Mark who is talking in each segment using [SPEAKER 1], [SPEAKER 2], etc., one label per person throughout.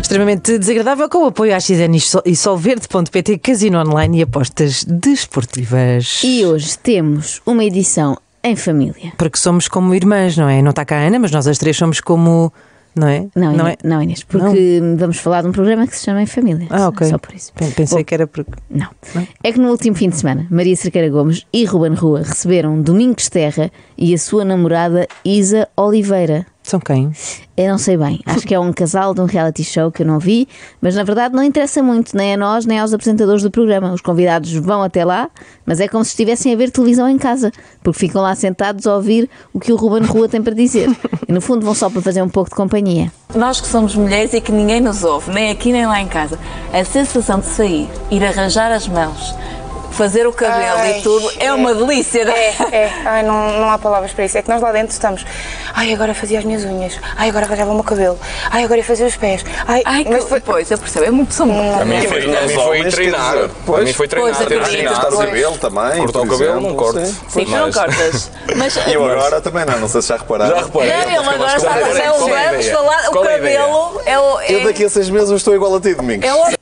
[SPEAKER 1] extremamente desagradável com o apoio à XN e Solverde.pt, Casino Online e apostas desportivas.
[SPEAKER 2] E hoje temos uma edição em família.
[SPEAKER 1] Porque somos como irmãs, não é? Não está cá a Ana, mas nós as três somos como. Não é?
[SPEAKER 2] Não, Inês, não, é? Inês, porque vamos falar de um programa que se chama Em Família.
[SPEAKER 1] Ah, ok.
[SPEAKER 2] Só por isso.
[SPEAKER 1] Pen- Pensei que era porque.
[SPEAKER 2] Não. É que no último fim de semana, Maria Cerqueira Gomes e Ruben Rua receberam Domingos Terra e a sua namorada Isa Oliveira.
[SPEAKER 1] São quem?
[SPEAKER 2] Eu não sei bem, acho que é um casal de um reality show que eu não vi, mas na verdade não interessa muito, nem a nós, nem aos apresentadores do programa. Os convidados vão até lá, mas é como se estivessem a ver televisão em casa, porque ficam lá sentados a ouvir o que o Ruben Rua tem para dizer. E no fundo vão só para fazer um pouco de companhia.
[SPEAKER 3] Nós que somos mulheres e que ninguém nos ouve, nem aqui nem lá em casa, a sensação de sair, ir arranjar as mãos, fazer o cabelo
[SPEAKER 4] Ai,
[SPEAKER 3] e tudo é,
[SPEAKER 4] é.
[SPEAKER 3] uma delícia, não é?
[SPEAKER 4] É, é. Ai, não, não há palavras para isso. É que nós lá dentro estamos. Ai, agora fazia as minhas unhas. Ai, agora arranjava o meu cabelo. Ai, agora ia fazer os pés. Ai,
[SPEAKER 3] Ai, que,
[SPEAKER 4] mas foi-
[SPEAKER 3] pois, eu percebo, é muito sombrio.
[SPEAKER 5] A mim foi,
[SPEAKER 6] Imagina,
[SPEAKER 5] a mim
[SPEAKER 6] os
[SPEAKER 5] foi
[SPEAKER 6] homens,
[SPEAKER 5] treinar.
[SPEAKER 6] quer dizer,
[SPEAKER 5] a
[SPEAKER 6] pois.
[SPEAKER 5] mim foi
[SPEAKER 3] Pois,
[SPEAKER 5] treinar.
[SPEAKER 3] eu
[SPEAKER 5] treinar.
[SPEAKER 3] acredito.
[SPEAKER 6] Cortar o
[SPEAKER 3] Pois.
[SPEAKER 6] cabelo é também.
[SPEAKER 5] Cortar o
[SPEAKER 6] por
[SPEAKER 5] cabelo,
[SPEAKER 6] exemplo,
[SPEAKER 5] não corte.
[SPEAKER 6] sim.
[SPEAKER 3] Sim, tu não
[SPEAKER 5] Mas-
[SPEAKER 3] cortas. Mas
[SPEAKER 6] E eu agora também não, não sei se já repararam.
[SPEAKER 5] Já reparei.
[SPEAKER 3] Não, ele
[SPEAKER 5] Mas
[SPEAKER 3] agora é
[SPEAKER 5] qual
[SPEAKER 3] está a
[SPEAKER 5] é a
[SPEAKER 3] fazer
[SPEAKER 5] ideia?
[SPEAKER 3] um
[SPEAKER 5] Qual é a
[SPEAKER 3] vamos
[SPEAKER 5] ideia?
[SPEAKER 3] falar, o
[SPEAKER 5] Qual é a ideia?
[SPEAKER 3] cabelo é o.
[SPEAKER 6] Eu
[SPEAKER 3] É,
[SPEAKER 6] daqui a seis meses eu estou igual a ti, Domingos.
[SPEAKER 3] é o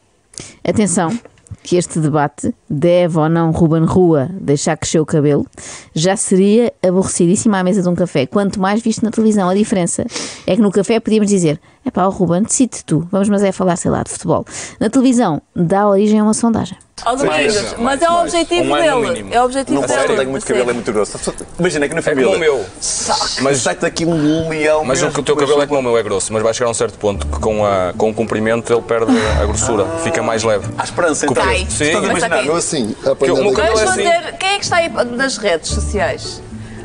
[SPEAKER 2] Atenção, que este debate deve ou não Ruben Rua deixar crescer o cabelo já seria aborrecidíssimo à mesa de um café, quanto mais visto na televisão. A diferença é que no café podíamos dizer: é pá, Ruben, decide tu, vamos, mas é falar, sei lá, de futebol. Na televisão, dá origem a uma sondagem.
[SPEAKER 3] Ao Domingos,
[SPEAKER 5] mais,
[SPEAKER 3] mas é o
[SPEAKER 5] mais.
[SPEAKER 3] objetivo
[SPEAKER 5] Um ano no
[SPEAKER 3] dele.
[SPEAKER 5] mínimo.
[SPEAKER 3] É o objetivo
[SPEAKER 6] Não
[SPEAKER 3] dele.
[SPEAKER 6] sei, tenho muito
[SPEAKER 3] sim.
[SPEAKER 6] cabelo, é muito grosso. Imagina que na
[SPEAKER 5] É
[SPEAKER 6] família.
[SPEAKER 5] como o meu.
[SPEAKER 6] Mas
[SPEAKER 5] Mas,
[SPEAKER 6] sai daqui um leão.
[SPEAKER 5] mas o
[SPEAKER 6] mesmo,
[SPEAKER 5] que- o teu
[SPEAKER 6] depois-
[SPEAKER 5] cabelo é como o meu, é grosso. Mas vai chegar a um certo ponto que com, a, com o comprimento ele perde a grossura.
[SPEAKER 6] Ah.
[SPEAKER 5] Fica mais leve.
[SPEAKER 6] Há esperança, então.
[SPEAKER 5] Com o cabelo.
[SPEAKER 3] Ai,
[SPEAKER 5] Sim.
[SPEAKER 6] Estás a
[SPEAKER 3] Mas
[SPEAKER 6] imaginar,
[SPEAKER 3] ok.
[SPEAKER 6] eu assim,
[SPEAKER 5] o meu cabelo
[SPEAKER 6] apanhando
[SPEAKER 3] Vamos
[SPEAKER 5] é
[SPEAKER 6] aqui.
[SPEAKER 5] assim.
[SPEAKER 3] fazer. Quem é que está aí nas redes sociais?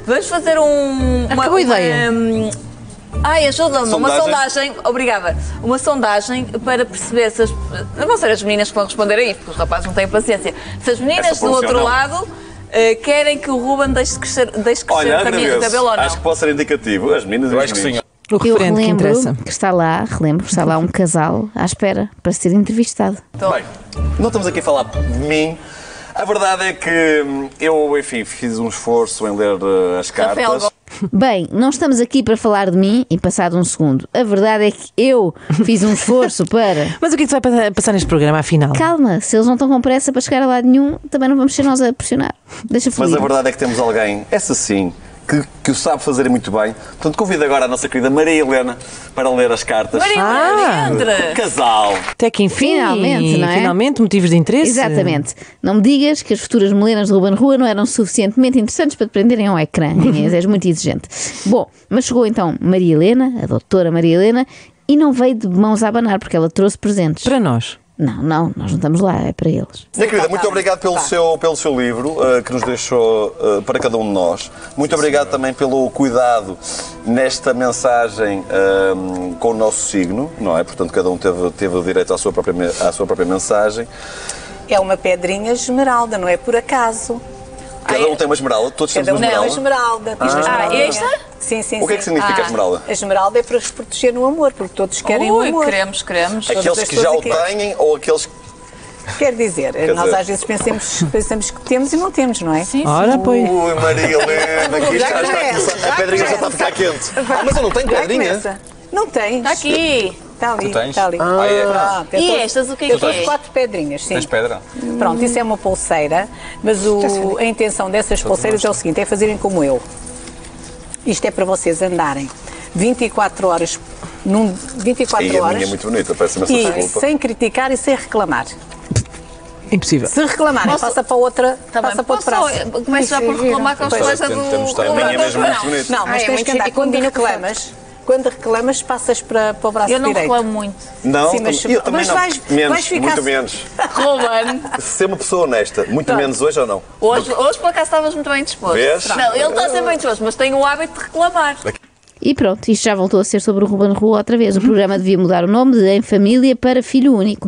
[SPEAKER 3] Vamos fazer um. Uma,
[SPEAKER 1] boa ideia.
[SPEAKER 3] hum, Ai, ajuda-me. Uma
[SPEAKER 6] Sondagem?
[SPEAKER 3] sondagem. Obrigada. Uma sondagem para perceber se as. Não vão ser as meninas que vão responder a isto, porque os rapazes não têm paciência. Se as meninas
[SPEAKER 6] Essa
[SPEAKER 3] do outro
[SPEAKER 6] funciona.
[SPEAKER 3] lado. eh, querem que o Ruben deixe crescer, deixe crescer
[SPEAKER 6] Olha,
[SPEAKER 3] o
[SPEAKER 6] Ana
[SPEAKER 3] cabelo, o
[SPEAKER 6] Bess,
[SPEAKER 3] cabelo ou não?
[SPEAKER 6] um acho que pode ser indicativo. As meninas e
[SPEAKER 5] Eu
[SPEAKER 6] os
[SPEAKER 5] acho que sim.
[SPEAKER 6] meninos.
[SPEAKER 1] O referente que
[SPEAKER 2] relembro
[SPEAKER 1] interessa.
[SPEAKER 2] que está lá, relembro, que está lá um casal à espera para ser entrevistado.
[SPEAKER 3] Então,
[SPEAKER 6] Bem, não estamos aqui a falar de mim. A verdade é que hum, eu, enfim, fiz um esforço em ler eh, as
[SPEAKER 3] Rafael
[SPEAKER 6] cartas.
[SPEAKER 3] Gomes.
[SPEAKER 2] Bem, não estamos aqui para falar de mim e passado um segundo. A verdade é que eu fiz um esforço para.
[SPEAKER 1] Mas o que é que se vai pa- passar neste programa, afinal?
[SPEAKER 2] Calma, se eles não estão com pressa para chegar a lado nenhum, também não vamos ser nós a pressionar. Deixa fluir.
[SPEAKER 6] Mas a verdade é que temos alguém, essa sim, que, que o sabe fazer muito bem. Portanto, convido agora a nossa querida Maria Helena para ler as cartas. Um
[SPEAKER 3] Maria,
[SPEAKER 1] Ah.
[SPEAKER 3] entra!
[SPEAKER 6] Casal.
[SPEAKER 1] Até que enfim,
[SPEAKER 2] Finalmente, não é?
[SPEAKER 1] finalmente, motivos de
[SPEAKER 6] é
[SPEAKER 1] interesse.
[SPEAKER 2] Exatamente. Não me digas que as futuras melenas de Ruben Rua não eram suficientemente interessantes para te prenderem ao ecrã. Inês, és muito exigente. Bom, mas chegou então Maria Helena, a doutora Maria Helena, e não veio de mãos a abanar, porque ela trouxe presentes.
[SPEAKER 1] Para nós.
[SPEAKER 2] Não, não, nós não estamos lá, é para eles.
[SPEAKER 6] Minha querida,
[SPEAKER 7] Tá,
[SPEAKER 6] muito obrigado pelo seu, pelo seu livro eh, que nos deixou eh, para cada um de nós. Muito obrigado também pelo cuidado nesta mensagem ehm, com o nosso signo, não é? Portanto, cada um teve, teve o direito à sua própria, me- à sua própria mensagem.
[SPEAKER 7] É uma pedrinha esmeralda, não é por acaso.
[SPEAKER 6] Cada um tem uma esmeralda, todos temos
[SPEAKER 7] Cada
[SPEAKER 6] uma
[SPEAKER 7] um tem
[SPEAKER 6] esmeralda.
[SPEAKER 7] uma esmeralda. diz uma
[SPEAKER 3] Ah,
[SPEAKER 7] esmeralda.
[SPEAKER 3] esta?
[SPEAKER 7] Sim, sim,
[SPEAKER 6] O que é que
[SPEAKER 7] sim.
[SPEAKER 6] significa esmeralda?
[SPEAKER 7] A esmeralda é para os proteger no amor, porque todos querem o
[SPEAKER 3] Ui,
[SPEAKER 7] amor.
[SPEAKER 3] queremos, queremos.
[SPEAKER 7] Todas
[SPEAKER 6] Aqueles
[SPEAKER 7] as
[SPEAKER 6] que
[SPEAKER 7] pessoas
[SPEAKER 6] já o
[SPEAKER 7] aqui-
[SPEAKER 6] têm ou aqueles que.
[SPEAKER 7] Quer dizer, nós
[SPEAKER 6] dizer-
[SPEAKER 7] às vezes pensamos, pensamos que temos e não temos, não é? Sim.
[SPEAKER 1] Ora, pois.
[SPEAKER 6] Ui, Maria Helena, aqui já está
[SPEAKER 7] Já
[SPEAKER 6] a
[SPEAKER 7] começa,
[SPEAKER 6] começar-
[SPEAKER 7] já
[SPEAKER 6] A pedrinha já está a ficar quente. Ah, mas eu não tenho pedrinha.
[SPEAKER 7] Não tens.
[SPEAKER 3] Está Tá aqui!
[SPEAKER 7] Está ali.
[SPEAKER 5] Tu tens?
[SPEAKER 7] Está ali.
[SPEAKER 5] Ah, é.
[SPEAKER 7] Pronto, eu
[SPEAKER 3] E
[SPEAKER 7] trouxe-
[SPEAKER 3] estas, o que é
[SPEAKER 7] Eu
[SPEAKER 3] que
[SPEAKER 7] trouxe
[SPEAKER 3] é?
[SPEAKER 7] quatro pedrinhas, sim.
[SPEAKER 5] Tens pedra?
[SPEAKER 7] Pronto, isso é uma pulseira, mas o- a intenção dessas pulseiras é o seguinte: é fazerem como eu. Isto é para vocês andarem 24 horas num 24
[SPEAKER 6] E a minha é
[SPEAKER 7] horas
[SPEAKER 6] muito bonita, peço imensa
[SPEAKER 7] e
[SPEAKER 6] desculpa.
[SPEAKER 7] sem criticar e sem reclamar.
[SPEAKER 1] Impossível.
[SPEAKER 7] Se reclamarem,
[SPEAKER 3] Posso-
[SPEAKER 7] passa para outra,
[SPEAKER 3] Tá bem,
[SPEAKER 7] passa para outro
[SPEAKER 3] posso-
[SPEAKER 7] braço.
[SPEAKER 3] Começo já por reclamar com a
[SPEAKER 7] Pois.
[SPEAKER 3] coisa do.
[SPEAKER 5] Tentamos estar-
[SPEAKER 3] do-
[SPEAKER 6] A minha é
[SPEAKER 3] do-
[SPEAKER 6] mesmo
[SPEAKER 3] não.
[SPEAKER 6] muito bonita.
[SPEAKER 7] Não, mas
[SPEAKER 4] Ah, é
[SPEAKER 7] tens
[SPEAKER 4] muito
[SPEAKER 7] que andar
[SPEAKER 4] chique,
[SPEAKER 7] quando
[SPEAKER 4] combina com
[SPEAKER 7] reclamas. Quando reclamas, passas para, para o braço
[SPEAKER 3] Eu não
[SPEAKER 7] direito.
[SPEAKER 3] reclamo muito.
[SPEAKER 6] Não,
[SPEAKER 7] Sim, mas-
[SPEAKER 6] eu também
[SPEAKER 7] mas
[SPEAKER 6] não.
[SPEAKER 7] vais-
[SPEAKER 6] menos,
[SPEAKER 7] vais ficar-
[SPEAKER 6] muito menos.
[SPEAKER 3] Ruben,
[SPEAKER 6] Ser uma pessoa honesta, muito menos hoje ou não?
[SPEAKER 3] hoje, hoje por acaso estavas muito bem disposto.
[SPEAKER 6] Vês?
[SPEAKER 3] Não, ele está sempre bem disposto, mas tem o hábito de reclamar.
[SPEAKER 2] E pronto, isto já voltou a ser sobre o Ruben Rua outra vez. O programa devia mudar o nome de Em Família para Filho Único.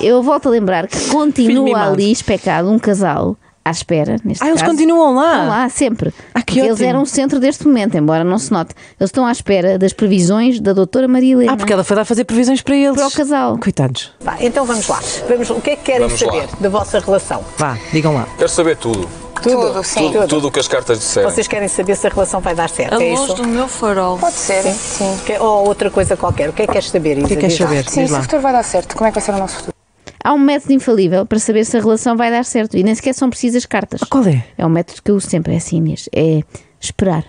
[SPEAKER 2] Eu volto a lembrar que
[SPEAKER 1] Filho
[SPEAKER 2] continua
[SPEAKER 1] mimado.
[SPEAKER 2] ali especado um casal à espera, neste
[SPEAKER 1] Ah, eles
[SPEAKER 2] caso.
[SPEAKER 1] continuam lá?
[SPEAKER 2] Estão lá, sempre.
[SPEAKER 1] Ah, que
[SPEAKER 2] Porque eles
[SPEAKER 1] ótimo.
[SPEAKER 2] eram o centro deste momento, embora não se note. Eles estão à espera das previsões da doutora Maria Helena.
[SPEAKER 1] Ah, porque ela foi lá fazer previsões para eles.
[SPEAKER 2] Para o casal.
[SPEAKER 1] Coitados.
[SPEAKER 7] Vá, então vamos lá. Vamos, o que é que querem
[SPEAKER 5] Vamos lá.
[SPEAKER 7] saber da vossa relação?
[SPEAKER 1] Vá, digam lá.
[SPEAKER 5] Quero saber tudo.
[SPEAKER 7] Tudo.
[SPEAKER 4] Tudo, sim.
[SPEAKER 5] Tudo tudo o que as cartas disseram.
[SPEAKER 7] Vocês querem saber se a relação vai dar certo,
[SPEAKER 3] A
[SPEAKER 7] é
[SPEAKER 3] luz
[SPEAKER 7] isso?
[SPEAKER 3] do meu farol.
[SPEAKER 4] Pode ser, sim.
[SPEAKER 7] Que- Ou outra coisa qualquer. O que é que queres saber, Isa?
[SPEAKER 1] que queres
[SPEAKER 7] Diz lá.
[SPEAKER 1] saber?
[SPEAKER 4] Sim,
[SPEAKER 1] Diz
[SPEAKER 4] se o
[SPEAKER 1] lá.
[SPEAKER 4] futuro vai dar certo, como é que vai ser o nosso futuro?
[SPEAKER 2] Há um método infalível para saber se a relação vai dar certo e nem sequer são precisas cartas.
[SPEAKER 1] Qual é?
[SPEAKER 2] É um método que eu uso sempre, é assim, Inês. É esperar.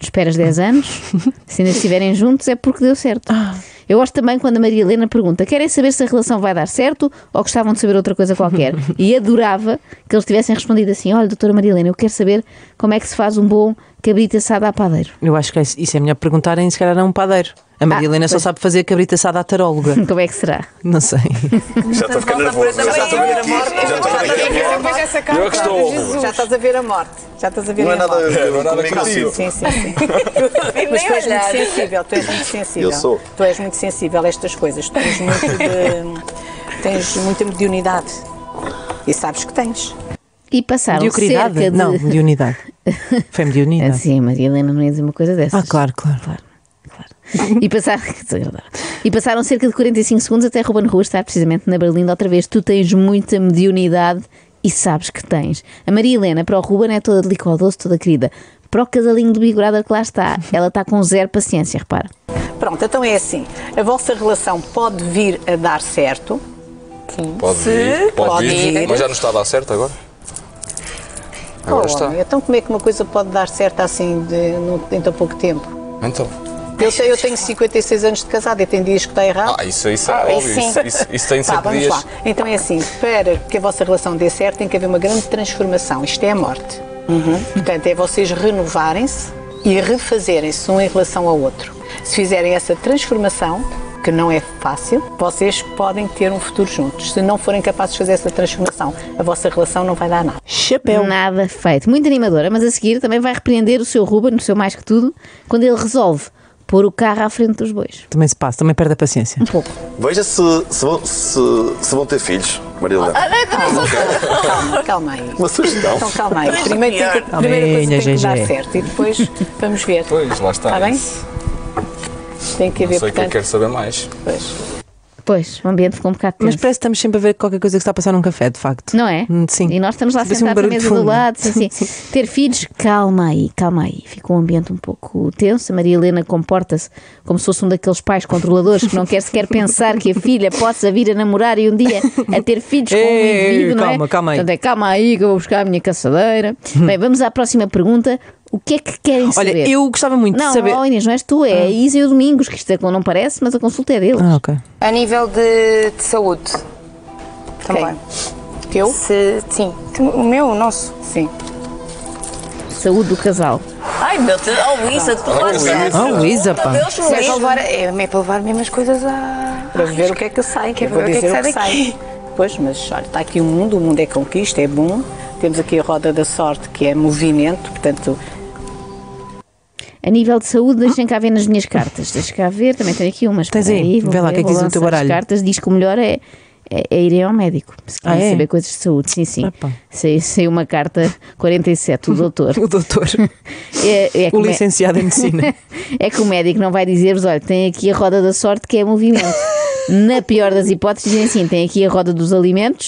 [SPEAKER 2] Tu esperas 10 anos, se ainda estiverem juntos é porque deu certo.
[SPEAKER 1] Ah.
[SPEAKER 2] Eu gosto também quando a Maria Helena pergunta: querem saber se a relação vai dar certo ou gostavam de saber outra coisa qualquer? E adorava que eles tivessem respondido assim: olha, doutora Maria Helena, eu quero saber como é que se faz um bom cabrito assado à padeiro.
[SPEAKER 1] Eu acho que isso é melhor perguntarem, se calhar, a um padeiro. A Maria
[SPEAKER 2] Ah,
[SPEAKER 1] Helena só
[SPEAKER 2] pois.
[SPEAKER 1] sabe fazer cabrita assada à taróloga.
[SPEAKER 2] Como é que será?
[SPEAKER 1] Não sei.
[SPEAKER 6] Já estou a ficar nervoso. Já estou a ver aqui. Já estou a ver aqui.
[SPEAKER 4] Depois dessa cara,
[SPEAKER 5] Eu é que estou.
[SPEAKER 4] Jesus.
[SPEAKER 7] Já estás a ver a morte. Já estás a ver
[SPEAKER 6] Não
[SPEAKER 7] a
[SPEAKER 6] é nada,
[SPEAKER 7] morte.
[SPEAKER 5] Não é nada
[SPEAKER 6] comigo,
[SPEAKER 5] contigo.
[SPEAKER 6] sim.
[SPEAKER 7] Sim, sim, sim.
[SPEAKER 3] Nem
[SPEAKER 7] Mas tu és muito
[SPEAKER 3] olhar.
[SPEAKER 7] sensível, tu és muito sensível.
[SPEAKER 6] Eu sou.
[SPEAKER 7] Tu és muito sensível a estas coisas. Tu tens muito de. tens muita mediunidade. E sabes que tens.
[SPEAKER 2] E passaram um cerca de.
[SPEAKER 1] Mediocridade? Não, de unidade. Foi de
[SPEAKER 2] Ah,
[SPEAKER 1] unidade.
[SPEAKER 2] sim, Maria Helena não ia dizer uma coisa dessas.
[SPEAKER 1] Ah, claro, claro.
[SPEAKER 2] Claro. E passaram, que desagradável. e passaram cerca de 45 segundos até Ruben Rua estar precisamente na Berlinda outra vez. Tu tens muita mediunidade e sabes que tens. A Maria Helena para o Ruben é toda de licor doce, toda querida. Para o casalinho de bigorada que lá está, ela está com zero paciência, repara.
[SPEAKER 7] Pronto, então é assim. A vossa relação pode vir a dar certo.
[SPEAKER 5] Pode vir, pode
[SPEAKER 7] pode
[SPEAKER 5] vir.
[SPEAKER 7] vir.
[SPEAKER 5] Mas já não está a dar certo agora? Agora
[SPEAKER 7] Oh,
[SPEAKER 5] está.
[SPEAKER 7] homem, Então como é que uma coisa pode dar certo assim de, num- em tão pouco tempo?
[SPEAKER 5] Então.
[SPEAKER 7] Eu sei, eu tenho 56 anos de casada e tem dias que está errado.
[SPEAKER 5] Ah, isso, isso
[SPEAKER 4] Ah,
[SPEAKER 5] é
[SPEAKER 4] aí
[SPEAKER 5] óbvio.
[SPEAKER 4] sim.
[SPEAKER 5] Isso, isso, isso tem
[SPEAKER 7] Pá,
[SPEAKER 5] sempre
[SPEAKER 7] vamos
[SPEAKER 5] dias.
[SPEAKER 7] lá. Então é assim, para que a vossa relação dê certo tem que haver uma grande transformação. Isto é a morte. Portanto, é vocês renovarem-se e refazerem-se um em relação ao outro. Se fizerem essa transformação, que não é fácil, vocês podem ter um futuro juntos. Se não forem capazes de fazer essa transformação, a vossa relação não vai dar nada.
[SPEAKER 1] Chapéu.
[SPEAKER 2] Nada feito. Muito animadora, mas a seguir também vai repreender o seu Ruben, no seu mais que tudo, quando ele resolve pôr o carro à frente dos bois.
[SPEAKER 1] Também se passa, também perde a paciência.
[SPEAKER 6] Veja se, se, vão- se- se vão ter filhos, Maria
[SPEAKER 7] Ah,
[SPEAKER 6] Helena.
[SPEAKER 7] Calma aí.
[SPEAKER 6] Uma sugestão.
[SPEAKER 7] Então calma aí. Primeiro tem que, a primeira coisa tem que dar certo e depois vamos ver.
[SPEAKER 5] Pois, lá está.
[SPEAKER 7] Está Tá bem?
[SPEAKER 5] Isso.
[SPEAKER 7] Tem que
[SPEAKER 5] Tá Não sei o que
[SPEAKER 7] haver,
[SPEAKER 5] é. eu
[SPEAKER 7] portanto,
[SPEAKER 5] quero saber mais.
[SPEAKER 7] depois.
[SPEAKER 2] Pois, o ambiente ficou um bocado tenso.
[SPEAKER 1] Mas parece que estamos sempre a ver qualquer coisa que está a passar num café, de facto.
[SPEAKER 2] Não é?
[SPEAKER 1] Hum, Sim.
[SPEAKER 2] E nós estamos lá
[SPEAKER 1] Parece
[SPEAKER 2] sentados na
[SPEAKER 1] barulho de
[SPEAKER 2] mesa do
[SPEAKER 1] fundo.
[SPEAKER 2] lado, sim, sim. Ter filhos, calma aí, calma aí. Ficou um ambiente um pouco tenso. A Maria Helena comporta-se como se fosse um daqueles pais controladores que não quer sequer pensar que a filha possa vir a namorar e um dia a ter filhos com um
[SPEAKER 1] Ei,
[SPEAKER 2] indivíduo, não é?
[SPEAKER 1] calma, calma aí. Hum.
[SPEAKER 2] Portanto, é, calma aí que eu vou buscar a minha caçadeira. Bem, vamos à próxima pergunta. O que é que querem
[SPEAKER 1] Olha,
[SPEAKER 2] saber?
[SPEAKER 1] eu gostava muito
[SPEAKER 2] Não,
[SPEAKER 1] de saber.
[SPEAKER 2] oh, Inês, não és tu, é a Isa e o Domingos, que isto é que não parece, mas a consulta é deles.
[SPEAKER 1] Ah, ok.
[SPEAKER 4] A nível de, de saúde. Também.
[SPEAKER 7] Teu?
[SPEAKER 4] Se, sim. O meu, o nosso.
[SPEAKER 7] Sim.
[SPEAKER 2] Saúde do casal.
[SPEAKER 3] Ai meu Deus, oh Luísa, tu lá estás.
[SPEAKER 1] Oh, Luísa, pá.
[SPEAKER 3] Deus
[SPEAKER 4] É para,
[SPEAKER 3] Luísa.
[SPEAKER 4] levar, é, é para levar mesmo as coisas a.
[SPEAKER 7] para ver o que é que sai.
[SPEAKER 4] Quer
[SPEAKER 7] Eu vou
[SPEAKER 4] ver o que é que
[SPEAKER 7] dizer
[SPEAKER 4] sai daqui.
[SPEAKER 7] Pois, mas olha, está aqui o mundo, o mundo é conquista, é bom. Temos aqui a roda da sorte, que é movimento, portanto,
[SPEAKER 2] A nível de saúde, deixem cá ver nas minhas cartas. Deixa cá ver, também tenho aqui umas.
[SPEAKER 1] Tens
[SPEAKER 2] Espera
[SPEAKER 1] aí,
[SPEAKER 2] vou
[SPEAKER 1] vê lá o que é que
[SPEAKER 2] vou
[SPEAKER 1] diz o teu
[SPEAKER 2] lançar as
[SPEAKER 1] baralho.
[SPEAKER 2] cartas diz que o melhor é, é, é irem ao médico, se
[SPEAKER 1] Ah,
[SPEAKER 2] querem
[SPEAKER 1] é?
[SPEAKER 2] saber coisas de saúde. Sim, sim.
[SPEAKER 1] Epá.
[SPEAKER 2] Saiu saiu uma carta 47, o doutor.
[SPEAKER 1] O doutor,
[SPEAKER 2] É, é que
[SPEAKER 1] o
[SPEAKER 2] o mé-
[SPEAKER 1] licenciado em medicina.
[SPEAKER 2] é que o médico não vai dizer-vos: olha, tem aqui a roda da sorte que é movimento. Na pior das hipóteses, dizem assim: tem aqui a roda dos alimentos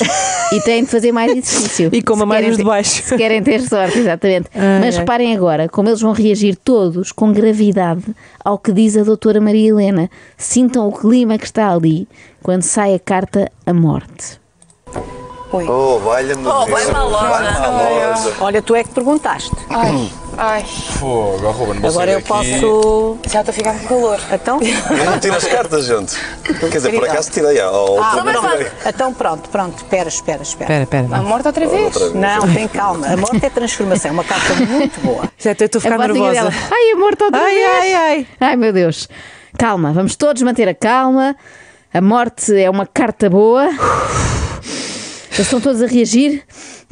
[SPEAKER 2] e têm de fazer mais exercício.
[SPEAKER 1] E coma
[SPEAKER 2] Se
[SPEAKER 1] mais
[SPEAKER 2] querem
[SPEAKER 1] os de
[SPEAKER 2] ter-
[SPEAKER 1] baixo.
[SPEAKER 2] Se querem ter sorte, exatamente.
[SPEAKER 1] Ai,
[SPEAKER 2] Mas
[SPEAKER 1] ai.
[SPEAKER 2] reparem agora como eles vão reagir todos com gravidade ao que diz a doutora Maria Helena. Sintam o clima que está ali quando sai a carta A Morte.
[SPEAKER 6] Oh, valha-me
[SPEAKER 3] Oh,
[SPEAKER 6] Deus.
[SPEAKER 3] vai-me à loja.
[SPEAKER 6] Vai-me à loja.
[SPEAKER 7] olha, tu é que perguntaste.
[SPEAKER 4] Ai, ai.
[SPEAKER 5] Pô, agora, Ruben, vou
[SPEAKER 7] Agora
[SPEAKER 5] sair
[SPEAKER 7] eu
[SPEAKER 5] daqui.
[SPEAKER 7] posso.
[SPEAKER 4] Já estou a ficar com calor.
[SPEAKER 7] Então?
[SPEAKER 6] Eu não tiro as cartas, gente. Quer dizer, por acaso tirei. ah, oh,
[SPEAKER 7] Ah,
[SPEAKER 6] também
[SPEAKER 7] pronto.
[SPEAKER 6] tirei.
[SPEAKER 7] Então pronto, pronto, espera, espera,
[SPEAKER 1] Espera,
[SPEAKER 7] espera.
[SPEAKER 1] espera.
[SPEAKER 4] A
[SPEAKER 1] vá.
[SPEAKER 4] morte outra vez.
[SPEAKER 6] Outra vez.
[SPEAKER 7] Não, tem calma. A morte é transformação, é uma carta muito boa.
[SPEAKER 1] Já até estou a ficar
[SPEAKER 2] a vozinha
[SPEAKER 1] nervosa.
[SPEAKER 2] dela. Ai, amor, estou outra
[SPEAKER 1] Ai,
[SPEAKER 2] vez.
[SPEAKER 1] ai, ai.
[SPEAKER 2] Ai, meu Deus. Calma, vamos todos manter a calma. A morte é uma carta boa. Eles estão todos a reagir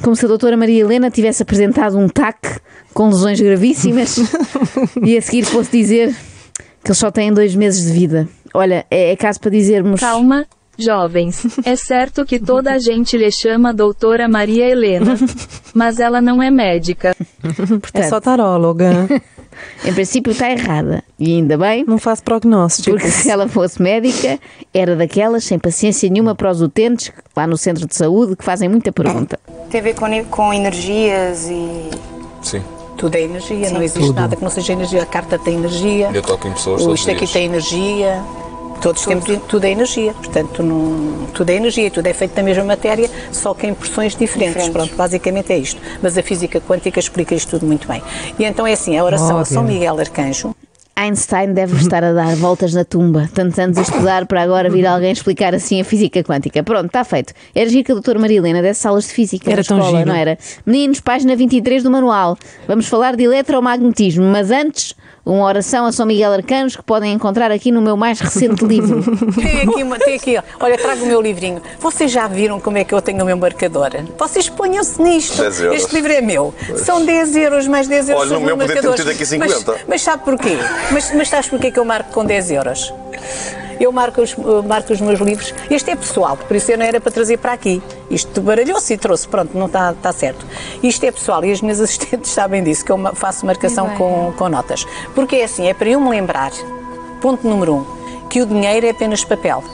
[SPEAKER 2] como se a doutora Maria Helena tivesse apresentado um TAC com lesões gravíssimas e a seguir fosse dizer que eles só têm dois meses de vida. Olha, é, é caso para dizermos.
[SPEAKER 8] Calma, jovens. É certo que toda a gente lhe chama doutora Maria Helena. Mas ela não é médica.
[SPEAKER 1] É
[SPEAKER 2] portanto,
[SPEAKER 1] só taróloga.
[SPEAKER 2] Em princípio está errada. E ainda bem,
[SPEAKER 1] Não faço prognósticos.
[SPEAKER 2] porque se ela fosse médica, era daquelas sem paciência nenhuma para os utentes lá no centro de saúde que fazem muita pergunta.
[SPEAKER 4] Tem a ver com, ni- com energias e.
[SPEAKER 5] Sim.
[SPEAKER 7] Tudo é energia, não existe nada que não seja energia. A carta tem energia.
[SPEAKER 5] Eu toco em pessoas
[SPEAKER 7] o,
[SPEAKER 5] todos os
[SPEAKER 7] isto aqui
[SPEAKER 5] dias.
[SPEAKER 7] tem energia. Todos temos tudo é energia, portanto não, tudo é energia, tudo é feito da mesma matéria, só que em porções diferentes.
[SPEAKER 4] Diferentes.
[SPEAKER 7] Pronto, basicamente é isto. Mas a física quântica explica isto tudo muito bem. E então é assim, a oração a São
[SPEAKER 1] Óbvio.
[SPEAKER 7] Miguel Arcanjo
[SPEAKER 2] Einstein deve estar a dar voltas na tumba, tantos anos a estudar para agora vir alguém explicar assim a física quântica. Pronto, está feito. Era giro que a doutora Marilena desse aulas de física
[SPEAKER 1] Era
[SPEAKER 2] na
[SPEAKER 1] tão
[SPEAKER 2] escola,
[SPEAKER 1] giro.
[SPEAKER 2] não era? Meninos, página 23 do manual. Vamos falar de eletromagnetismo, mas antes, uma oração a São Miguel Arcanjo que podem encontrar aqui no meu mais recente livro.
[SPEAKER 7] Tem aqui, uma, tem aqui, ó. olha, trago o meu livrinho. Vocês já viram como é que eu tenho o meu marcador? Vocês ponham-se nisto.
[SPEAKER 6] 10 euros.
[SPEAKER 7] Este livro é meu. São 10 euros, mais 10 euros
[SPEAKER 6] Olha, no meu
[SPEAKER 7] sobre o
[SPEAKER 6] podia ter
[SPEAKER 7] marcador.
[SPEAKER 6] metido aqui
[SPEAKER 7] Mas,
[SPEAKER 6] 50.
[SPEAKER 7] mas sabe porquê? Mas, mas sabes porquê que eu marco com 10 euros? Eu marco os, eu marco os meus livros. Este é pessoal, por isso eu não era para trazer para aqui. Isto baralhou-se e trouxe, pronto, não está, está certo. Isto é pessoal e as minhas assistentes sabem disso, que eu ma- faço marcação com, com notas. Porque é assim, é para eu me lembrar, ponto número um, que o dinheiro é apenas papel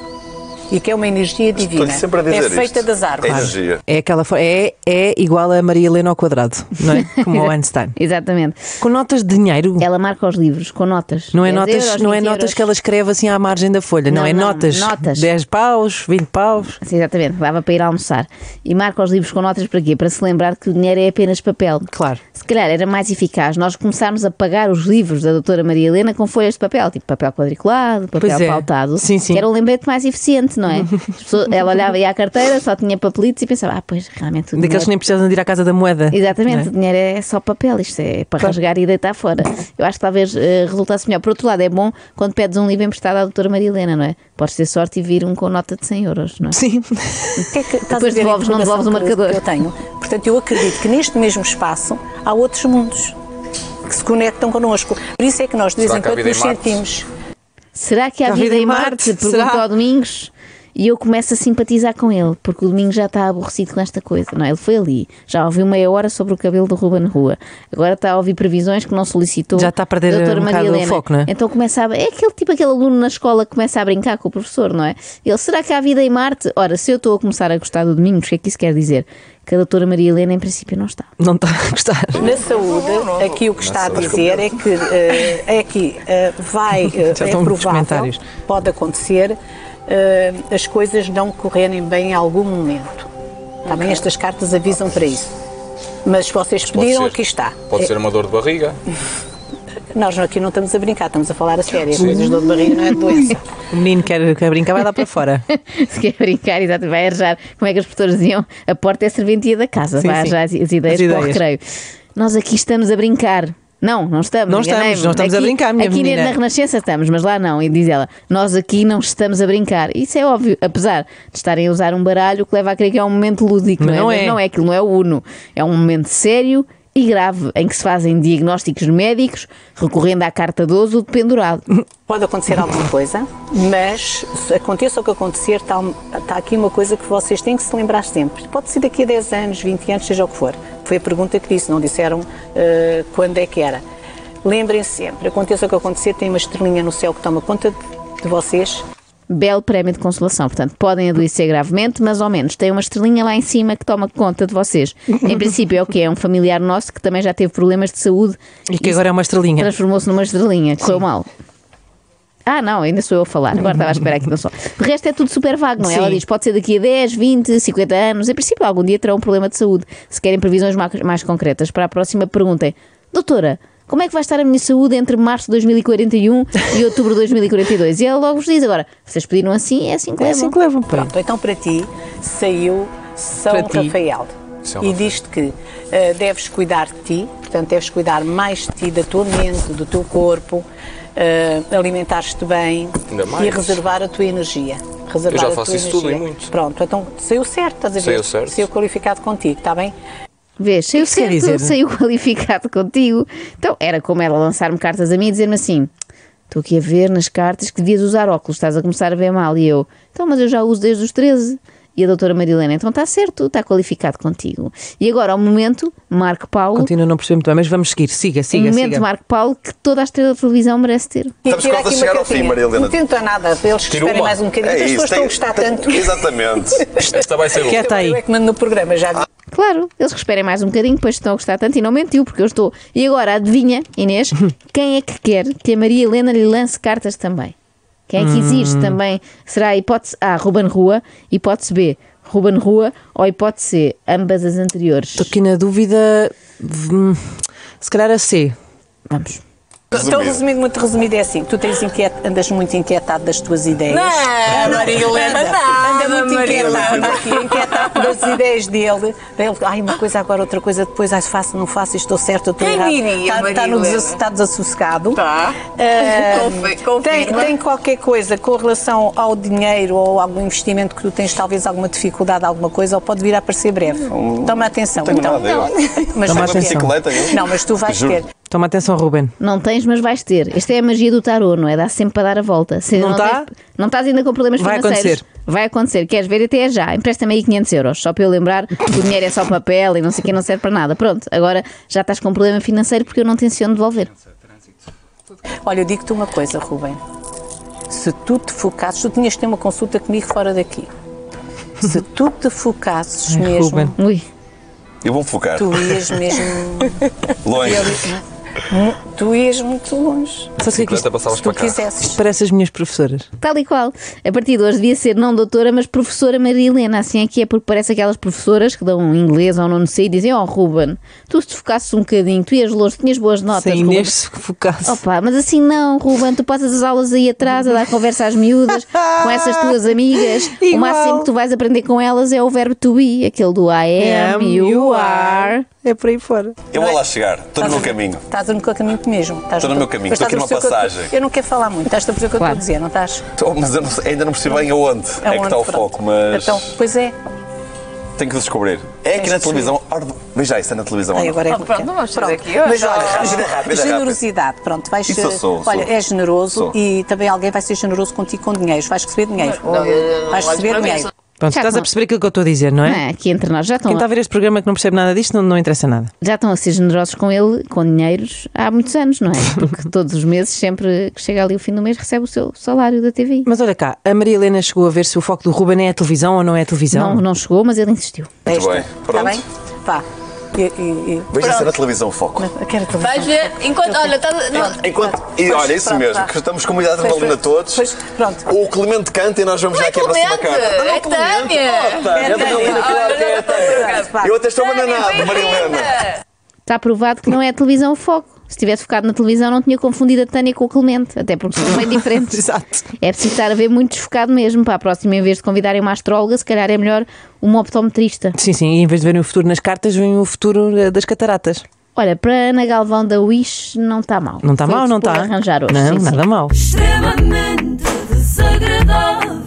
[SPEAKER 7] e que é uma energia divina.
[SPEAKER 6] Estou-lhe sempre a dizer
[SPEAKER 7] é feita
[SPEAKER 6] isto.
[SPEAKER 7] das árvores.
[SPEAKER 6] É energia.
[SPEAKER 1] É aquela for- é, é igual a Maria Helena ao quadrado, não é? Como o Einstein.
[SPEAKER 2] Exatamente.
[SPEAKER 1] Com notas de dinheiro.
[SPEAKER 2] Ela marca os livros com notas.
[SPEAKER 1] Não é,
[SPEAKER 2] 10
[SPEAKER 1] notas,
[SPEAKER 2] É euros,
[SPEAKER 1] não é
[SPEAKER 2] 20
[SPEAKER 1] notas
[SPEAKER 2] euros.
[SPEAKER 1] que ela escreve assim à margem da folha, não,
[SPEAKER 2] Não,
[SPEAKER 1] é
[SPEAKER 2] não,
[SPEAKER 1] notas,
[SPEAKER 2] notas.
[SPEAKER 1] 10 paus, 20 paus.
[SPEAKER 2] Sim, exatamente, que dava para ir almoçar. E marca os livros com notas para quê? Para se lembrar que o dinheiro é apenas papel.
[SPEAKER 1] Claro.
[SPEAKER 2] Se calhar era mais eficaz nós começarmos a pagar os livros da doutora Maria Helena com folhas de papel, tipo papel quadriculado, papel
[SPEAKER 1] Pois é.
[SPEAKER 2] pautado,
[SPEAKER 1] Sim, sim.
[SPEAKER 2] que era um lembrete mais eficiente, não é? As pessoas- ela olhava aí à carteira, só tinha papelitos e pensava, ah, pois realmente o
[SPEAKER 1] Daqueles que
[SPEAKER 2] dinheiro...
[SPEAKER 1] nem precisam de ir à casa da moeda.
[SPEAKER 2] Exatamente, o
[SPEAKER 1] não
[SPEAKER 2] dinheiro é só papel, isto é para rasgar e deitar fora. Eu acho que talvez eh, resultasse melhor. Por outro lado, é bom quando pedes um livro emprestado à doutora Maria Helena, não é? Podes ter sorte e vir um com nota de 100 euros, não é?
[SPEAKER 1] é? Sim.
[SPEAKER 7] O que é que estás a
[SPEAKER 2] Depois
[SPEAKER 7] ver a
[SPEAKER 2] devolves, não
[SPEAKER 7] informação
[SPEAKER 2] devolves o
[SPEAKER 7] que-
[SPEAKER 2] marcador.
[SPEAKER 7] que eu tenho. Portanto, eu acredito que neste mesmo espaço há outros mundos que se conectam connosco. Por isso é que nós, de vez
[SPEAKER 5] Será
[SPEAKER 7] em
[SPEAKER 5] que há
[SPEAKER 7] quando,
[SPEAKER 5] vida
[SPEAKER 7] nos
[SPEAKER 5] em Marte?
[SPEAKER 7] sentimos.
[SPEAKER 2] Será que há vida, em Marte? Perguntou
[SPEAKER 1] Será?
[SPEAKER 2] ao Domingos. E eu começo a simpatizar com ele, porque o Domingos já está aborrecido com esta coisa. Não, é? ele foi ali, já ouviu meia hora sobre o cabelo do Ruben Rua. Agora está a ouvir previsões que não solicitou.
[SPEAKER 1] Já está a perder
[SPEAKER 2] da doutora
[SPEAKER 1] um
[SPEAKER 2] Maria
[SPEAKER 1] bocado o
[SPEAKER 2] Helena.
[SPEAKER 1] foco, não é?
[SPEAKER 2] Então começa a... É aquele tipo, aquele aluno na escola que começa a brincar com o professor, não é? Ele, será que há vida em Marte? Ora, se eu estou a começar a gostar do Domingos, o que é que isso quer dizer? Que a doutora Maria Helena, em princípio, não está.
[SPEAKER 1] Não está a gostar.
[SPEAKER 7] Na saúde, aqui o que está a dizer é que, eh, é que eh, vai, eh,
[SPEAKER 1] Já
[SPEAKER 7] é
[SPEAKER 1] estão muitos
[SPEAKER 7] provável,
[SPEAKER 1] comentários.
[SPEAKER 7] pode acontecer, eh, as coisas não correrem bem em algum momento. Também estas cartas avisam para isso. Mas vocês pediram, aqui está.
[SPEAKER 5] Pode
[SPEAKER 7] É-
[SPEAKER 5] ser uma dor de barriga.
[SPEAKER 7] Nós aqui não estamos a brincar, estamos a falar a sério. As coisas de dor de barriga não é doença.
[SPEAKER 1] O menino quer, quer brincar, vai lá para fora.
[SPEAKER 2] Se quer brincar, exato, vai arranjar. Como é que as pessoas diziam? A porta é a serventia da casa,
[SPEAKER 1] Sim,
[SPEAKER 2] vai
[SPEAKER 1] sim.
[SPEAKER 2] arranjar as, as ideias
[SPEAKER 1] As
[SPEAKER 2] para o
[SPEAKER 1] ideias.
[SPEAKER 2] recreio. Nós aqui estamos a brincar. Não, não estamos.
[SPEAKER 1] Não estamos,
[SPEAKER 2] enganei-me.
[SPEAKER 1] não estamos a
[SPEAKER 2] Aqui-
[SPEAKER 1] brincar, minha
[SPEAKER 2] Aqui na-
[SPEAKER 1] menina.
[SPEAKER 2] na Renascença estamos, mas lá não. E diz ela, nós aqui não estamos a brincar. Isso é óbvio, apesar de estarem a usar um baralho, o que leva a crer que é um momento lúdico, não,
[SPEAKER 1] Mas não
[SPEAKER 2] é? Mas
[SPEAKER 1] é.
[SPEAKER 2] não é aquilo, não é o Uno. É um momento sério e grave, em que se fazem diagnósticos médicos, recorrendo à carta 12 ou de pendurado.
[SPEAKER 7] Pode acontecer alguma coisa, mas se aconteça o que acontecer, está, está aqui uma coisa que vocês têm que se lembrar sempre. Pode ser daqui a 10 anos, 20 anos, seja o que for. Foi a pergunta que disse, não disseram eh, quando é que era. Lembrem se sempre, aconteça o que acontecer, tem uma estrelinha no céu que toma conta de, de vocês.
[SPEAKER 2] Belo prémio de consolação. Portanto, podem adoecer gravemente, mas ao menos tem uma estrelinha lá em cima que toma conta de vocês. Em princípio, é o que é um familiar nosso que também já teve problemas de saúde
[SPEAKER 1] E que agora é uma estrelinha.
[SPEAKER 2] transformou-se numa estrelinha. Correu mal. Ah, não, ainda sou eu a falar. Agora estava a esperar aqui no sol. De resto é tudo super vago, não é?
[SPEAKER 1] Sim.
[SPEAKER 2] Ela diz: pode ser daqui a 10, 20, 50 anos. Em princípio, algum dia terão um problema de saúde. Se querem previsões ma- mais concretas para a próxima, perguntem: Doutora, como é que vai estar a minha saúde entre março de 2041 e outubro de 2042? E ela logo vos diz: agora, vocês pediram assim, é assim que
[SPEAKER 1] É
[SPEAKER 2] levam.
[SPEAKER 1] assim que levam para
[SPEAKER 7] Pronto, então para ti saiu São
[SPEAKER 1] Para ti.
[SPEAKER 7] Rafael.
[SPEAKER 5] São
[SPEAKER 7] E
[SPEAKER 5] Rafael.
[SPEAKER 7] diz-te que eh, deves cuidar de ti, portanto, deves cuidar mais de ti, da tua mente, do teu corpo, eh, alimentares-te bem
[SPEAKER 5] Ainda
[SPEAKER 7] e
[SPEAKER 5] mais.
[SPEAKER 7] reservar a tua energia. Reservar
[SPEAKER 5] já
[SPEAKER 7] a
[SPEAKER 5] faço
[SPEAKER 7] tua
[SPEAKER 5] isso tudo e
[SPEAKER 7] energia.
[SPEAKER 5] muito.
[SPEAKER 7] Pronto, então saiu certo, estás a ver?
[SPEAKER 5] Saiu certo.
[SPEAKER 7] Saiu qualificado contigo, está bem?
[SPEAKER 2] Vês, saiu
[SPEAKER 1] é isso quer
[SPEAKER 2] certo,
[SPEAKER 1] dizer?
[SPEAKER 2] saiu qualificado contigo. Então era como ela lançar-me cartas a mim e dizer-me assim: estou aqui a ver nas cartas que devias usar óculos, estás a começar a ver mal. E eu: então, mas eu já uso desde os 13. E a doutora Marilena, então está certo, está qualificado contigo. E agora, ao momento, Marco Paulo,
[SPEAKER 1] Continua a não perceber muito bem, mas vamos seguir. Siga,
[SPEAKER 2] um
[SPEAKER 1] siga,
[SPEAKER 2] momento,
[SPEAKER 1] siga.
[SPEAKER 2] Marco Paulo, que toda a estrela de televisão merece ter.
[SPEAKER 6] Estamos quase
[SPEAKER 7] tira
[SPEAKER 6] a
[SPEAKER 7] aqui uma
[SPEAKER 6] chegar ao fim,
[SPEAKER 7] cartinha.
[SPEAKER 6] Maria Helena.
[SPEAKER 7] Não tentou nada, eles
[SPEAKER 5] Tira
[SPEAKER 7] esperem
[SPEAKER 5] uma.
[SPEAKER 7] mais um bocadinho. As pessoas estão a gostar
[SPEAKER 6] É tem-
[SPEAKER 7] tanto.
[SPEAKER 6] Exatamente.
[SPEAKER 5] Esta vai ser
[SPEAKER 1] Quieta tá aí.
[SPEAKER 7] Eu é que mando no programa, já vi.
[SPEAKER 2] Claro, eles que esperem mais um bocadinho, depois estão a gostar tanto e não mentiu, porque eu estou. E agora, adivinha, Inês, quem é que quer que a Maria Helena lhe lance cartas também? Quem é que exige também? Será a hipótese A, Ruben Rua, hipótese B, Ruben Rua ou hipótese C, ambas as anteriores?
[SPEAKER 1] Estou aqui na dúvida. hum, Se calhar a C.
[SPEAKER 2] Vamos.
[SPEAKER 7] Então, resumido, muito resumido, é assim: tu tens inquiet... andas muito inquietado das tuas ideias.
[SPEAKER 3] Não, Maria Helena,
[SPEAKER 7] Anda
[SPEAKER 3] nada,
[SPEAKER 7] muito
[SPEAKER 3] Maria
[SPEAKER 7] inquietado,
[SPEAKER 3] Helena.
[SPEAKER 7] anda aqui, inquietado pelas ideias dele. Ele, ai, uma coisa agora, outra coisa depois, ai, faço, não faço, estou certo, estou
[SPEAKER 3] Quem
[SPEAKER 7] errado.
[SPEAKER 3] diria,
[SPEAKER 7] está,
[SPEAKER 3] Maria
[SPEAKER 7] está, no
[SPEAKER 3] Helena?
[SPEAKER 7] desasso- está desassossegado.
[SPEAKER 3] Tá.
[SPEAKER 7] Ah,
[SPEAKER 3] Confi- confirma.
[SPEAKER 7] tem, tem qualquer coisa com relação ao dinheiro ou algum investimento que tu tens, talvez alguma dificuldade, alguma coisa, ou pode vir a aparecer breve. Toma atenção.
[SPEAKER 6] não tenho
[SPEAKER 7] então.
[SPEAKER 6] nada, eu.
[SPEAKER 1] Toma
[SPEAKER 6] Uma
[SPEAKER 7] Mas vais ter.
[SPEAKER 1] atenção.
[SPEAKER 6] bicicleta, eu.
[SPEAKER 7] Não, mas tu vais
[SPEAKER 6] Juro.
[SPEAKER 7] ter.
[SPEAKER 1] Toma atenção, Ruben.
[SPEAKER 2] Não tens, mas vais ter. Esta é a magia do tarô, não é? Dá sempre para dar a volta. Se ainda
[SPEAKER 1] Não tá?
[SPEAKER 2] tens- não estás ainda com problemas
[SPEAKER 1] Vai
[SPEAKER 2] financeiros.
[SPEAKER 1] acontecer.
[SPEAKER 2] Vai acontecer. Queres ver até é já? Empresta-me aí 500 euros. Só para eu lembrar que o dinheiro é só papel e não sei o que, não serve para nada. Pronto, agora já estás com um problema financeiro porque eu não tenciono devolver.
[SPEAKER 7] Olha, eu digo-te uma coisa, Rubem. Se tu te focasses, tu tinhas de ter uma consulta comigo fora daqui. Se tu te focasses
[SPEAKER 1] Ai,
[SPEAKER 7] mesmo,
[SPEAKER 1] Ruben.
[SPEAKER 2] Ui,
[SPEAKER 6] Eu vou focar.
[SPEAKER 7] tu ias mesmo.
[SPEAKER 6] Longe.
[SPEAKER 7] tu ias muito longe.
[SPEAKER 1] Sabe o que é que isto
[SPEAKER 5] Bicicleta passavas
[SPEAKER 7] Se tu
[SPEAKER 5] para cá.
[SPEAKER 7] quisesses.
[SPEAKER 1] parece as minhas professoras?
[SPEAKER 2] tal e qual. A partir de hoje devia ser não doutora, mas professora Maria Helena. Assim é que é, porque parece aquelas professoras que dão inglês ou não sei e dizem: Oh, Ruben, tu se te focasses um bocadinho, tu ias longe, tinhas boas notas.
[SPEAKER 1] Sem
[SPEAKER 2] Ruben."
[SPEAKER 1] Inês se focasse.
[SPEAKER 2] Opa, mas assim não, Ruben, tu passas as aulas aí atrás a dar conversa às miúdas com essas tuas amigas. O
[SPEAKER 1] Igual.
[SPEAKER 2] máximo que tu vais aprender com elas é o verbo to be, aquele do I am, you are.
[SPEAKER 1] É por aí fora.
[SPEAKER 6] Eu
[SPEAKER 7] Tá
[SPEAKER 6] vou lá chegar. Estou no meu caminho.
[SPEAKER 7] Estás no meu caminho mesmo. Estás
[SPEAKER 6] Estou no meu caminho,
[SPEAKER 7] mas
[SPEAKER 6] estou aqui
[SPEAKER 7] estás
[SPEAKER 6] numa
[SPEAKER 7] a perceber o que eu-
[SPEAKER 6] passagem.
[SPEAKER 7] Eu não quero falar muito, estás a perceber o que eu estou a
[SPEAKER 2] Claro.
[SPEAKER 7] dizer, não estás? um
[SPEAKER 6] Tô, mas eu não sei- ainda não percebo bem aonde, é que
[SPEAKER 7] Aonde,
[SPEAKER 6] está o
[SPEAKER 7] pronto.
[SPEAKER 6] foco, mas
[SPEAKER 7] Então, pois é.
[SPEAKER 6] tenho que descobrir. É aqui
[SPEAKER 7] Tens
[SPEAKER 6] na
[SPEAKER 7] de
[SPEAKER 6] televisão. Ora, Veja isso, é na televisão. ou
[SPEAKER 7] Ai,
[SPEAKER 6] não?
[SPEAKER 7] agora é que eu
[SPEAKER 3] pronto,
[SPEAKER 7] quero.
[SPEAKER 3] vamos fazer aqui hoje.
[SPEAKER 7] Mas olha,
[SPEAKER 6] Rápido,
[SPEAKER 7] gen-
[SPEAKER 6] rápido, rápido.
[SPEAKER 7] generosidade, pronto, vais
[SPEAKER 6] Isso eu
[SPEAKER 7] ser-
[SPEAKER 6] sou,
[SPEAKER 7] olha,
[SPEAKER 6] sou.
[SPEAKER 7] é generoso
[SPEAKER 6] Sou.
[SPEAKER 7] e também alguém vai ser generoso contigo com dinheiro, vais receber dinheiro.
[SPEAKER 3] Não, não, não, não
[SPEAKER 7] vais
[SPEAKER 3] olhes
[SPEAKER 7] receber
[SPEAKER 3] para mim,
[SPEAKER 7] dinheiro.
[SPEAKER 1] Pronto,
[SPEAKER 2] Já
[SPEAKER 1] estás a
[SPEAKER 2] não-
[SPEAKER 1] perceber aquilo que eu estou a dizer, não é? Então-
[SPEAKER 2] Ah, aqui entre nós já
[SPEAKER 1] Quem
[SPEAKER 2] estão,
[SPEAKER 1] está a
[SPEAKER 2] a,
[SPEAKER 1] ver este programa que não percebe nada disto não, não interessa nada.
[SPEAKER 2] já estão a ser generosos com ele, com dinheiros, há muitos anos, não é? Porque todos os meses, sempre que chega ali o fim do mês, recebe o seu salário da TV.
[SPEAKER 1] Mas olha cá, a Maria Helena chegou a ver se o foco do Ruben é a televisão ou não é a televisão.
[SPEAKER 2] Não, não chegou, mas ele insistiu.
[SPEAKER 6] Muito
[SPEAKER 7] Esta,
[SPEAKER 6] bem,
[SPEAKER 7] Está
[SPEAKER 6] pronto.
[SPEAKER 7] bem? Vá. E, e, e-
[SPEAKER 6] Veja isso é na televisão o foco.
[SPEAKER 7] Quero te
[SPEAKER 3] Vais ver, enquanto, olha, estás... não,
[SPEAKER 6] Enquanto, e
[SPEAKER 7] Pois,
[SPEAKER 6] olha, isso
[SPEAKER 7] pronto,
[SPEAKER 6] mesmo,
[SPEAKER 7] vá.
[SPEAKER 6] que estamos com uma idade
[SPEAKER 7] Pois,
[SPEAKER 6] maligna
[SPEAKER 7] pois,
[SPEAKER 6] todos.
[SPEAKER 7] pois, pronto.
[SPEAKER 6] O Clemente canta e nós vamos
[SPEAKER 3] Não
[SPEAKER 6] já
[SPEAKER 3] é
[SPEAKER 6] aqui à próxima
[SPEAKER 3] Clemente,
[SPEAKER 6] carta. Ah, não
[SPEAKER 3] é
[SPEAKER 6] Clemente,
[SPEAKER 3] Tânia.
[SPEAKER 6] oh, Tânia,
[SPEAKER 7] É
[SPEAKER 6] a Maria
[SPEAKER 7] Tânia.
[SPEAKER 6] Helena, claro que é a Tânia.
[SPEAKER 7] Vá.
[SPEAKER 6] Eu até estou bananado, Maria Helena.
[SPEAKER 3] Marilena!
[SPEAKER 2] Está provado que não é a televisão o foco. Se tivesse focado na televisão, não tinha confundido a Tânia com o Clemente, até porque são bem diferentes.
[SPEAKER 1] Exato.
[SPEAKER 2] É preciso estar a ver muito desfocado mesmo. Para a próxima, em vez de convidarem uma astróloga, se calhar é melhor uma optometrista.
[SPEAKER 1] Sim, sim, e em vez de verem o futuro nas cartas, veem o futuro eh, das cataratas.
[SPEAKER 2] Olha, para Ana Galvão da Wish não está mal.
[SPEAKER 1] Não está
[SPEAKER 2] Foi o
[SPEAKER 1] mal,
[SPEAKER 2] que
[SPEAKER 1] não
[SPEAKER 2] se pôde
[SPEAKER 1] está?
[SPEAKER 2] arranjar hoje.
[SPEAKER 1] Não,
[SPEAKER 2] Sim, sim.
[SPEAKER 1] nada mal.
[SPEAKER 9] extremamente desagradável.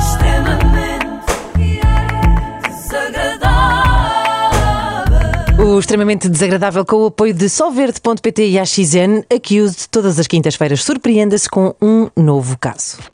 [SPEAKER 9] Extremamente desagradável.
[SPEAKER 1] O extremamente desagradável com o apoio de solverde.pt e AXN, aqui de todas as quintas-feiras surpreenda-se com um novo caso.